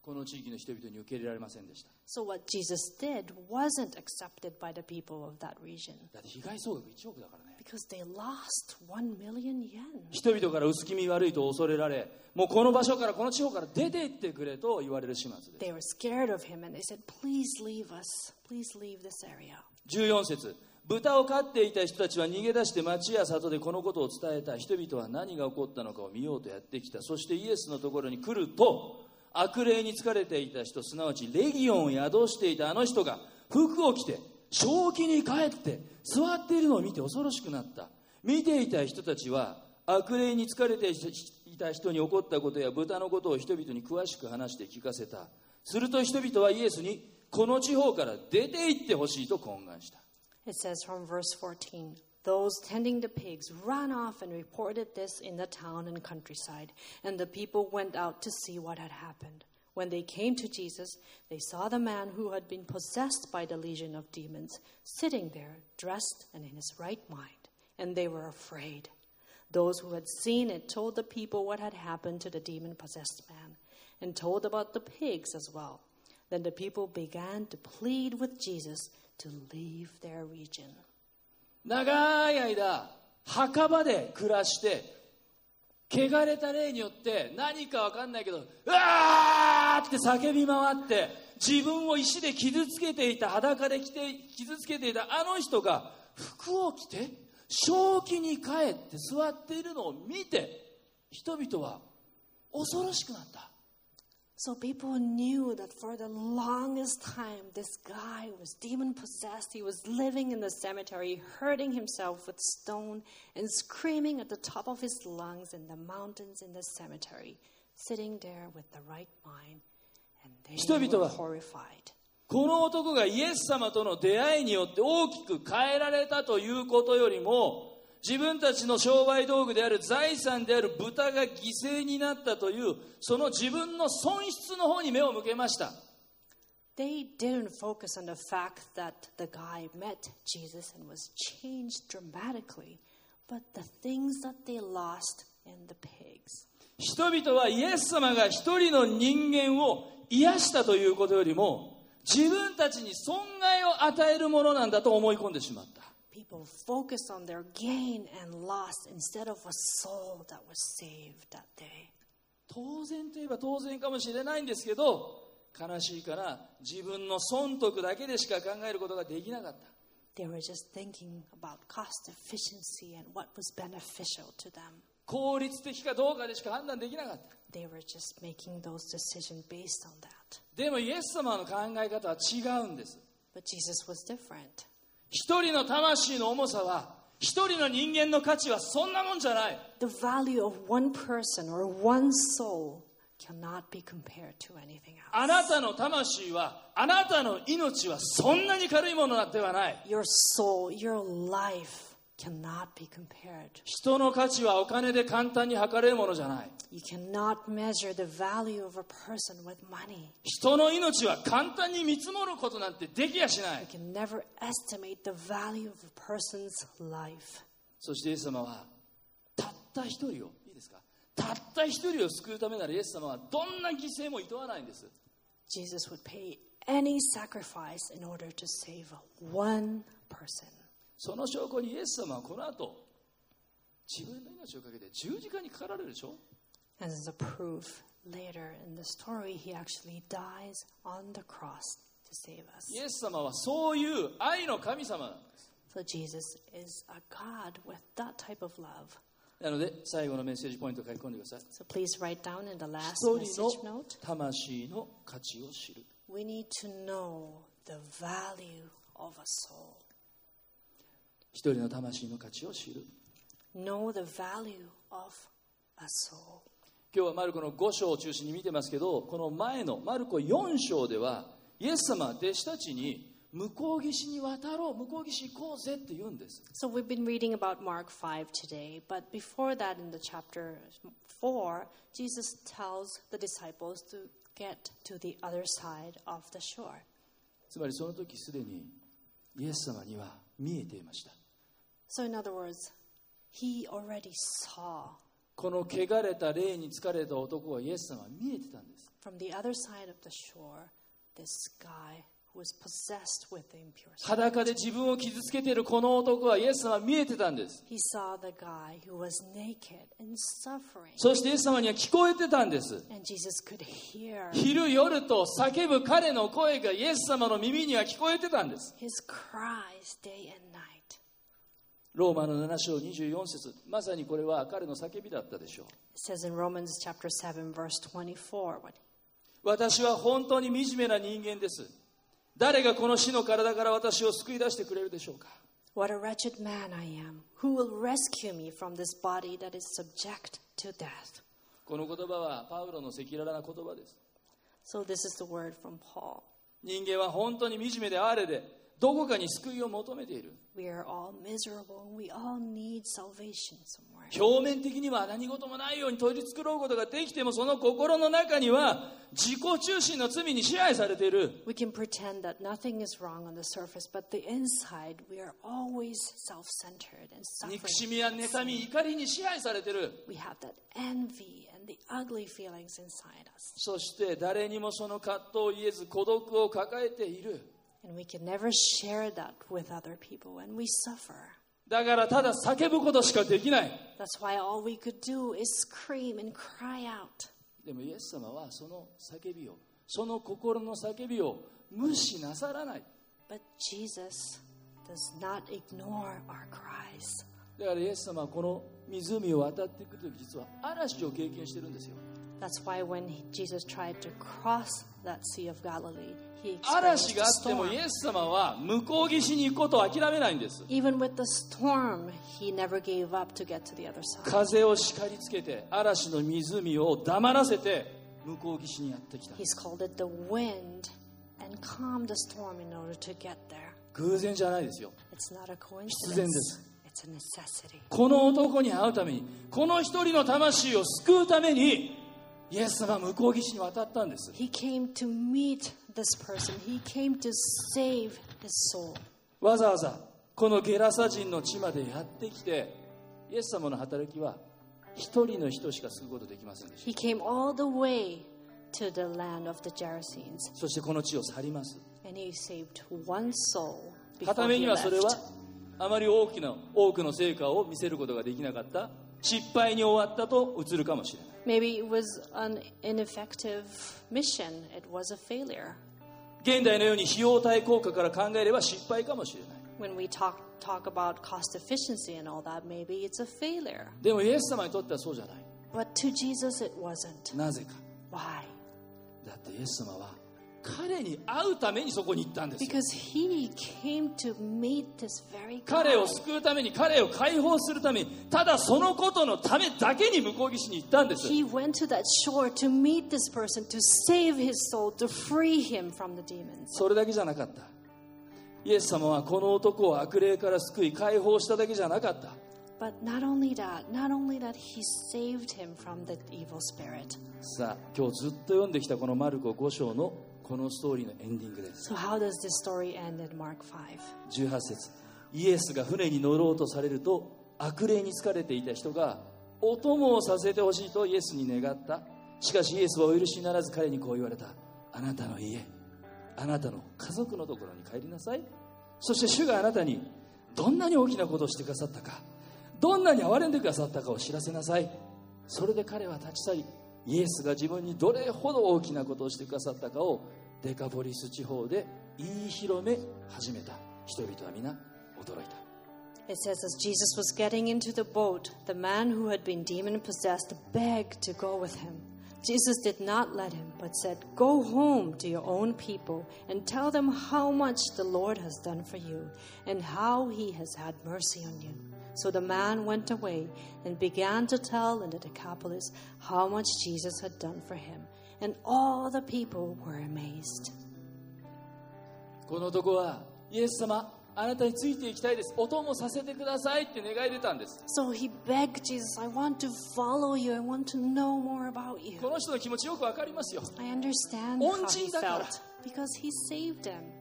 A: この地域の人々に受け入れられませんでした
B: So what Jesus did wasn't accepted by the people of that region
A: だって被害総額1億だからね
B: because they lost 1 million yen.
A: 人々から薄気味悪いと恐れられもうこの場所からこの地方から出て行ってくれと言われる始末で
B: They were scared of him and they said, Please leave us. Please leave this area.
A: す14節豚を飼っていた人たちは逃げ出して町や里でこのことを伝えた人々は何が起こったのかを見ようとやってきたそしてイエスのところに来ると悪霊に疲れていた人すなわちレギオンを宿していたあの人が服を着て正気に帰って座っているのを見て恐ろしくなった見ていた人たちは悪霊に疲れていた人に起こったことや豚のことを人々に詳しく話して聞かせたすると人々はイエスにこの地方から出て行ってほしいと懇願した
B: It says from verse 14 Those tending the pigs ran off and reported this in the town and countryside, and the people went out to see what had happened. When they came to Jesus, they saw the man who had been possessed by the legion of demons sitting there, dressed and in his right mind, and they were afraid. Those who had seen it told the people what had happened to the demon possessed man, and told about the pigs as well. Then the people began to plead with Jesus to leave their region.
A: 長い間墓場で暮らして汚れた霊によって何か分かんないけど「うわー!」って叫び回って自分を石で傷つけていた裸で着て傷つけていたあの人が服を着て正気に帰って座っているのを見て人々は恐ろしくなった
B: So people knew that for the longest time, this guy was demon possessed. He was living in the cemetery, hurting himself with stone and screaming at the top of his lungs in the mountains in the cemetery, sitting there with the right mind. And they
A: 人々は-
B: were horrified.
A: この男がイエス様との出会いによって大きく変えられたということよりも自分たちの商売道具である財産である豚が犠牲になったというその自分の損失の方に目を向けました
B: They didn't focus on the fact that the guy met Jesus and was changed dramatically, but the things that they lost in the pigs.
A: 人々はイエス様が一人の人間を癒したということよりも自分たちに損害を与えるものなんだと思い込んでしまった
B: People focused on their gain and loss instead of a soul that was saved that day.
A: 当然といえば当然かもしれないんですけど悲しいから自分の損得だけでしか考えることができなかった
B: They were just thinking about cost efficiency and what was beneficial to them.
A: 効率的かどうかでしか判断できなかった
B: They were just making those decisions based on that.
A: でもイエス様の考え方は違うんです
B: But Jesus was different.
A: 一人の魂の重さは一人の人間の価値はそんなもんじゃない
B: The value of one person or one soul cannot be compared to anything
A: あ
B: else.
A: なたの魂はあなたの命はそんなに軽いものではない
B: Your soul, your life cannot be compared.
A: 人の価値はお金で簡単に測れるものじゃない
B: You cannot measure the value of a person with money.
A: 人の命は簡単に見積もることなんてできやしない
B: You can never estimate the value of a person's life.
A: そしてイエス様はたった一人をいいですかたった一人を救うためならイエス様はどんな犠牲も厭わないんです
B: Jesus would pay any sacrifice in order to save one person.
A: その証拠にイエス様はこの後自分の命をかけて十字架にかかられるでしょ
B: And as a proof, later in the story, he actually dies on the cross to save us.
A: イエス様はそういう愛の神様なんです
B: So Jesus is a God with that type of love.
A: なので、最後のメッセージポイントを書き込んでください。
B: So please write down in the last
A: 一
B: message
A: 人の
B: note.
A: 魂の価値を知る。
B: We need to know the value of a soul.
A: 一人の魂の価値を知る。
B: Know the value of a soul.
A: 今日はマルコの5章を中心に見てますけどこの前のマルコ4章ではイエス様は弟子たちに向こう岸に渡ろう向こう岸行こうぜって言うんです
B: So we've been reading about Mark 5 today, but before that, in the chapter 4, Jesus tells the disciples to get to the other side of the shore.
A: つまりその時すでにイエス様には見えていました
B: So, in other words, he already saw
A: この汚れた霊に疲れた男はイエス様は見えてたんです
B: from the other side of the shore this guy who was possessed with the impure spirit.
A: 裸で自分を傷つけているこの男はイエス様は見えてたんです
B: He saw the guy who was naked and suffering.
A: そしてイエス様には聞こえてたんです
B: And Jesus could hear
A: 昼夜と叫ぶ彼の声がイエス様の耳には聞こえてたんです
B: his cries day and night.
A: ローマの7章24節まさにこれは彼の叫びだったでしょう
B: It says in Romans chapter 7 verse 24 when
A: 私は本当に惨めな人間です誰がこの死の体から私を救い出してくれるでしょうか
B: What a wretched man I am. Who will rescue me from this body that is subject to death?
A: この言葉はパウロの赤裸々な言葉です
B: So this is the word from Paul.
A: 人間は本当に惨めで哀れでどこかに救いを求めている
B: We are all miserable and we all need salvation somewhere.
A: 表面的には何事もないように取り繕うことができてもその心の中には自己中心の罪に支配されている
B: We can pretend that nothing is wrong on the surface, but the inside we are always self-centered and
A: 憎しみ
B: suffering.
A: や妬み怒りに支配されている
B: We have that envy and the ugly feelings inside us,
A: そして誰にもその葛藤を言えず孤独を抱えている。
B: and we can never share that with other people, and we suffer.
A: だからただ叫ぶことしかできない。
B: That's why all we could do is scream and cry out.
A: でもイエス様はその叫びを、その心の叫びを無視なさらない。
B: But Jesus does not ignore our cries.
A: だからイエス様はこの湖を渡っていくとき実は嵐を経験してるんですよ。
B: That's why when he- Jesus tried to cross that Sea of Galilee, he
A: 嵐
B: experienced
A: が
B: a
A: あってもイ
B: storm.
A: エス様は向こう岸に行くことを諦めないんです。
B: Even with the storm, he never gave up to get to the other side.
A: 風を叱りつけて嵐の湖を黙らせて向こう岸にやってきた。
B: He's called it the wind and calmed the storm in order to get there.
A: 偶然じゃないですよ。
B: It's not a
A: 然で
B: coincidence.
A: す
B: It's a necessity.
A: この男に会うためにこの一人の魂を救うためにイエス様は向こう岸に渡ったんです
B: He came to meet this person. He came to save his soul.
A: わざわざこのゲラサ人の地までやってきてイエス様の働きは一人の人しか救うことできませんでした
B: He came all the way to the land of the Gerasenes
A: そしてこの地を去ります
B: and he saved one soul
A: はた
B: before
A: めに
B: he
A: はそれ
B: left.
A: はあまり大きな多くの成果を見せることができなかった失敗に終わったと映るかもしれない
B: Maybe it was an ineffective mission. It was a failure.
A: 現代のように費用対効果から考えれば失敗かもしれない
B: When we talk talk about cost efficiency and all that, maybe it's a failure.
A: でもイエス様にとってはそうじゃない
B: But to Jesus, it wasn't.
A: なぜか
B: Why?
A: だってイエス様は彼に会うためにそこに行ったんですよ
B: Because he came to meet this very
A: 彼
B: God.
A: を救うために彼を解放するためにただそのことのためだけに向こう岸に行ったんです
B: He went to that shore to meet this person, to save his soul, to free him from the demons.
A: それだけじゃなかったイエス様はこの男を悪霊から救い解放しただけじゃなかった
B: But not only that, not only that, he saved him from the evil spirit.
A: さあ今日ずっと読んできたこのマルコ5章のこのストーリーのエンディングです
B: So, how does this story end in Mark 5?
A: 18節イエスが船に乗ろうとされると悪霊に疲れていた人がお供をさせてほしいとイエスに願ったしかしイエスはお許しにならず彼にこう言われたあなたの家あなたの家族のところに帰りなさいそして主があなたにどんなに大きなことをしてくださったかどんなに憐れんでくださったかを知らせなさいそれで彼は立ち去りイエスが自分にどれほど大きなことをしてくださったかをデカポリス地方で言い広め始めた人々は皆驚いた
B: It says, as Jesus was getting into the boat, the man who had been demon possessed begged to go with him. Jesus did not let him, but said, Go home to your own people and tell them how much the Lord has done for you and how he has had mercy on you. So the man went away and began to tell in the Decapolis how much Jesus had done for him. And all the people were amazed.
A: この男はイエス様あなたについていきたいですお供させてくださいって願い出たんです
B: So he begged Jesus, I want to follow you. I want to know more about you.
A: この人の気持ちよくわかりますよ
B: I understand how he
A: 恩人だから。
B: felt because he saved him.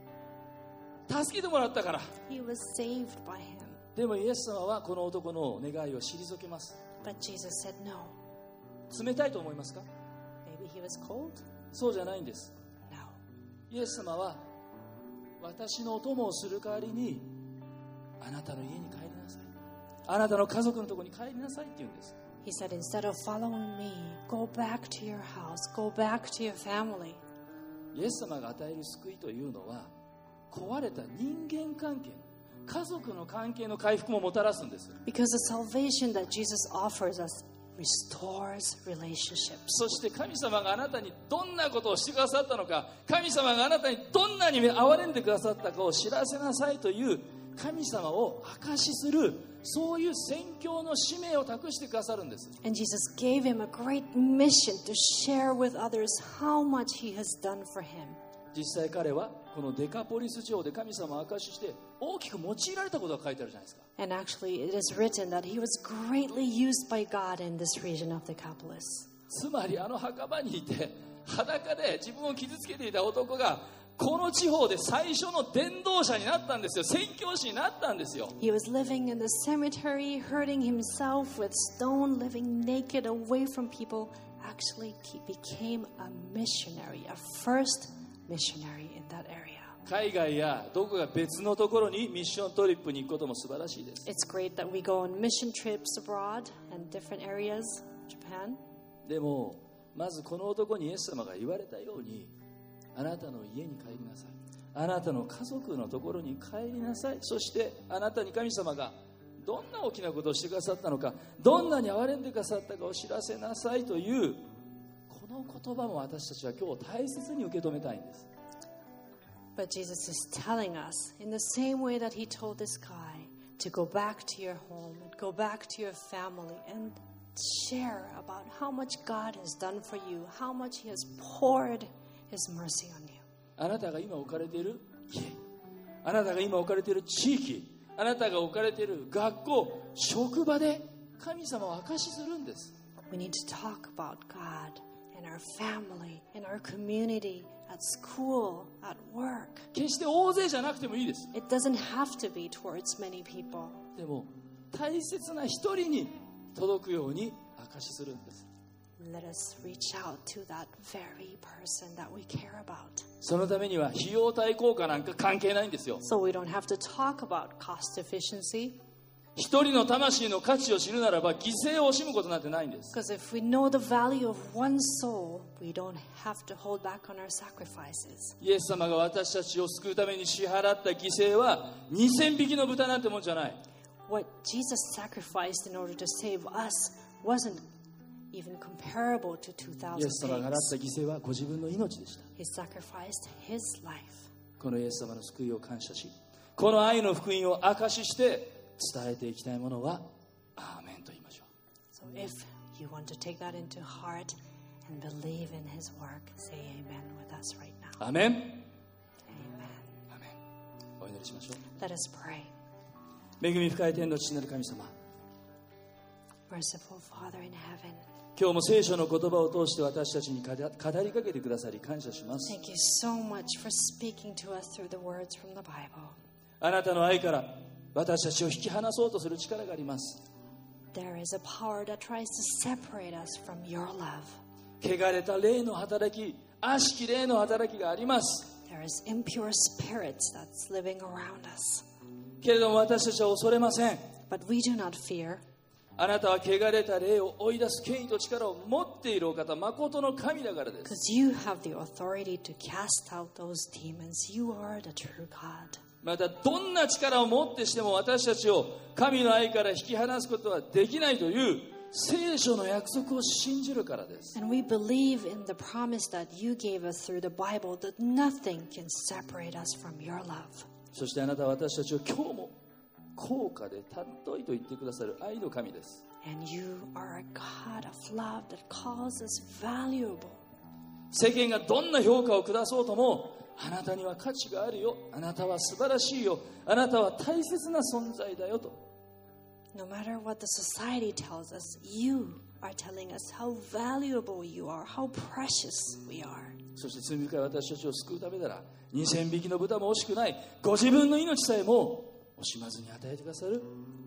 A: 助けてもらったから
B: He was saved by him.
A: でもイエス様はこの男の願いを退けます
B: But Jesus said no.
A: 冷たいと思いますか
B: Maybe he was cold?
A: そうじゃないんです
B: No.
A: イエス様は私のお供をする代わりにあなたの家に帰りなさいあなたの家族のところに帰りなさいって言うんです
B: He said, instead of following me, go back to your house, go back to your family.
A: イエス様が与える救いというのは壊れた人間関係家族の関係の回復ももたらすんです
B: Because the salvation that Jesus offers us restores relationships.
A: そして神様があなたにどんなことをしてくださったのか神様があなたにどんなに憐れんでくださったかを知らせなさいという神様を証しするそういう宣教の使命を託してくださるんです
B: And Jesus gave him a great mission to share with others how much he has done for him.
A: 実際彼はこのデカポリス城で神様を証しして大きく用いられたことが書いてあるじゃないですか
B: And actually, it is written that he was greatly used by God in this region of Decapolis.
A: つまりあの墓場にいて裸で自分を傷つけていた男がこの地方で最初の伝道者になったんですよ宣教師になったんですよ
B: He was living in the cemetery, hurting himself with stone, living naked away from people. Actually, he became a missionary, a first missionary in that area.
A: 海外やどこか別のところにミッショントリップに行くことも素晴らしいです
B: It's great that we go on mission trips abroad and different areas, Japan.
A: でもまずこの男にイエス様が言われたようにあなたの家に帰りなさいあなたの家族のところに帰りなさいそしてあなたに神様がどんな大きなことをしてくださったのかどんなに憐れんでくださったかを知らせなさいというこの言葉も私たちは今日大切に受け止めたいんです
B: But Jesus is telling us, in the same way that he told this guy, to go back to your home and go back to your family and share about how much God has done for you, how much he has poured his mercy on you.
A: あなたが今置かれている家あなたが今置かれている地域あなたが置かれている学校職場で神様を証しするんです
B: We need to talk about God and our family, in our community, at school, at work.
A: 決して大勢じゃなくてもいいです
B: It doesn't have to be towards many people,
A: でも大切な一人に届くように証しするんです
B: let us reach out to that very person that we care about.
A: そのためには費用対効果なんか関係ないんですよ
B: So we don't have to talk about cost efficiency
A: 一人の魂の価値を知るならば犠牲を惜しむことなんてないんです
B: because if we know the value of one soul, we don't have to hold back on our sacrifices.
A: イエス様が私たちを救うために支払った犠牲は2000匹の豚なんてもんじゃない
B: What Jesus sacrificed in order to save us wasn't even comparable to
A: イ
B: 2,000
A: エス様が払った
B: pigs.
A: 犠牲はご自分の命でした
B: He sacrificed his life.
A: このイエス様の救いを感謝しこの愛の福音を証しして伝えていきたいものはアーメンと言いましょう
B: So if you want to take that into heart and believe in his work, say amen with us right now.
A: アーメン
B: Amen.
A: アーメンお祈りしましょう
B: Let us pray.
A: 恵み深い天の父なる神様
B: Merciful Father in heaven.
A: 今日も聖書の言葉を通して私たちに語語りかけてくださり感謝します
B: Thank you so much for speaking to us through the words from the Bible.
A: あなたの愛から私たちを引き離そうとする力があります
B: There is a power that tries to separate us from your love.
A: 汚れた霊の働き悪しき霊の働きがあります
B: There is impure spirits that's living around us.
A: けれども私たちは恐れません
B: But we do not fear
A: あなたは汚れた霊を追い出す権威と力を持っているお方誠の神だからです
B: because you have the authority to cast out those demons. You are the true God.
A: またどんな力を持ってしても私たちを神の愛から引き離すことはできないという聖書の約束を信じるからです。
B: And we believe in the promise that you gave us through the Bible that nothing can separate us from your love.
A: そしてあなたは私たちを今日も高価で尊いと言ってくださる愛の神です。
B: And you are a God of love that calls us valuable.
A: 世間がどんな評価を下そうともあなたには価値があるよあなたは素晴らしいよあなたは大切な存在だよと
B: No matter what the society tells us, you are telling us how valuable you are, how precious we are.
A: そして罪深い私たちを救うためなら2000匹の豚も惜しくないご自分の命さえも惜しまずに与えてくださる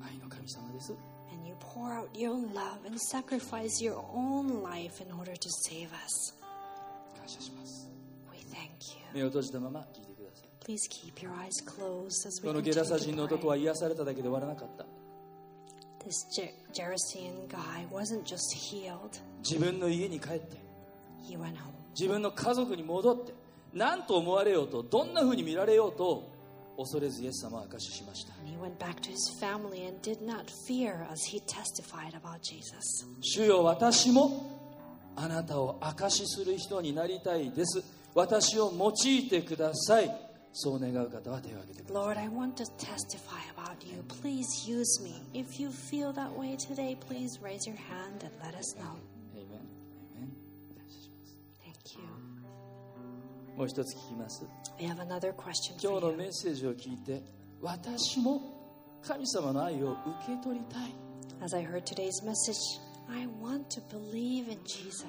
A: 愛の神様です
B: And you pour out your love and sacrifice your own life in order to save us.
A: 感謝します
B: We thank you.
A: 目を閉じたまま聞いてください
B: Please keep your eyes closed as
A: こ
B: we
A: のゲラサ
B: continue
A: 人
B: to
A: の
B: pray.
A: 男は癒されただけで終わらなかった
B: This Jer- Gerasene guy wasn't just healed,
A: 自分の家に帰って
B: he went home.
A: 自分の家族に戻って何と思われようとどんな風に見られようと恐れずイエス様は証ししました
B: And he went back to his family and did not fear as he testified about Jesus.
A: 主よ私もあなたを証しする人になりたいです私を用いてくださいそう願う方は手を挙げてくださ
B: Lord, I want to testify about you. Please use me. If you feel that way today, please raise your hand and let us know.
A: い Amen Amen 感謝します
B: Thank you.
A: もう一つ聞きます
B: We have another question
A: 今
B: for
A: 日の
B: you.
A: メッセージを聞いて私も神様の愛を受け取りたい
B: As I heard today's message, I want to believe in Jesus.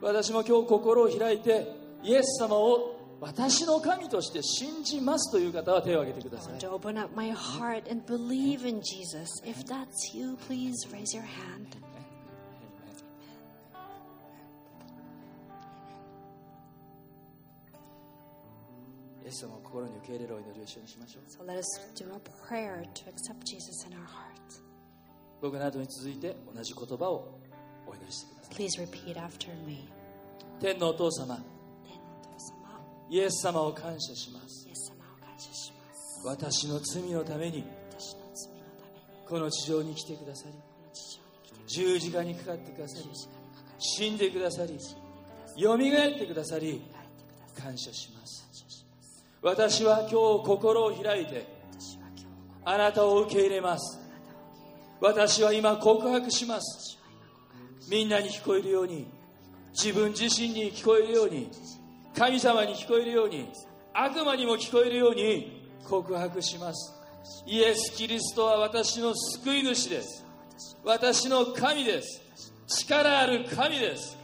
A: 私も今日心を開いてイエス様を私の神として信じますという方は手を挙げてくだ
B: I
A: さ
B: want
A: い
B: to open up my heart and believe in Jesus. If that's you, please raise your hand.
A: Amen. Amen. イエス様を心に受け入れるお祈りを一緒にしましょう
B: So let us do a prayer to accept Jesus in our heart.
A: 僕の後に続いて同じ言葉をお祈りしてくださ
B: Please repeat after me.
A: い天のお父様イエス様を感謝します私の罪のためにこの地上に来てくださり十字架にかかってくださり死んでくださりよみがえってくださり感謝します私は今日心を開いてあなたを受け入れます私は今告白しますみんなに聞こえるように自分自身に聞こえるように神様に聞こえるように悪魔にも聞こえるように告白しますイエス・キリストは私の救い主です私の神です力ある神です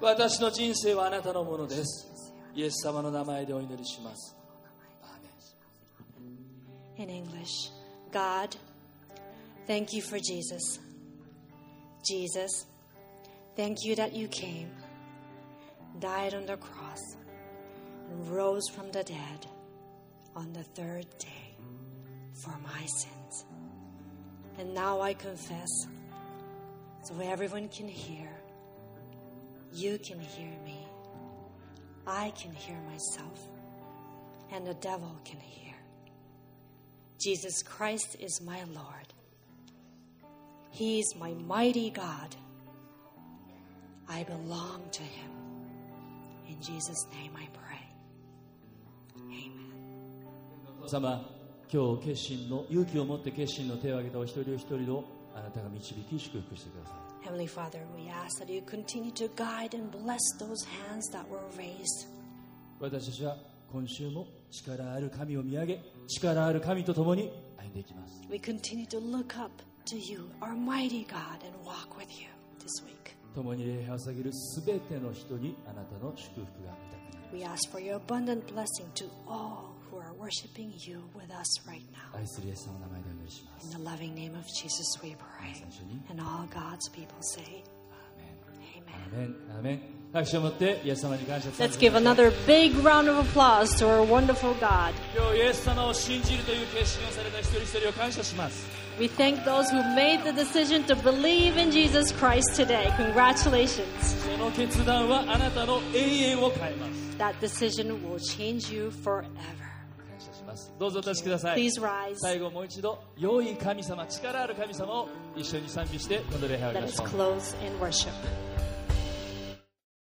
A: 私の人生はあなたのものですイエス様の名前でお祈りしますアーメン
B: In English, God, thank you for Jesus. Jesus, thank you that you came, died on the cross, and rose from the dead on the third day for my sins. And now I confess, so everyone can hear. You can hear me. I can hear myself. And the devil can hear. Jesus Christ is my Lord. He is my mighty God. I belong to Him. In Jesus' name I pray. Amen.
A: 神様今日決心の勇気を持って決心の手を挙げたお一人お一人をあなたが導き祝福してくださ
B: Heavenly Father, we ask that you continue to guide and bless those hands that were raised.
A: い私たちは今週も力ある神を見上げ力ある神と共に歩んでいきます
B: We continue to look up to you, our mighty God, and walk with you this week.
A: 共に礼拝を捧げる全ての人にあなたの祝福が豊かに
B: We ask for your abundant blessing to all who are worshiping you with us right now.
A: 愛するイエス様の名前でお祈りします
B: In the loving name of Jesus, we pray. And all God's people say,
A: アー
B: Amen.
A: メンアーメンアーメン拍手を持ってイエス様に感謝
B: Let's
A: する
B: give another big round of applause to our wonderful God.
A: 今日イエス様を信じるという決心をされた一人一人を感謝します
B: We thank those who made the decision to believe in Jesus Christ today. Congratulations.
A: その決断はあなたの永遠を変えます
B: That decision will change you forever.
A: 感謝しますますどうぞお立ちください
B: Please rise.
A: 最後もう一度良い神様力ある神様を一緒に賛美して今度礼拝を終わりま
B: Let us
A: しょう
B: close in worship.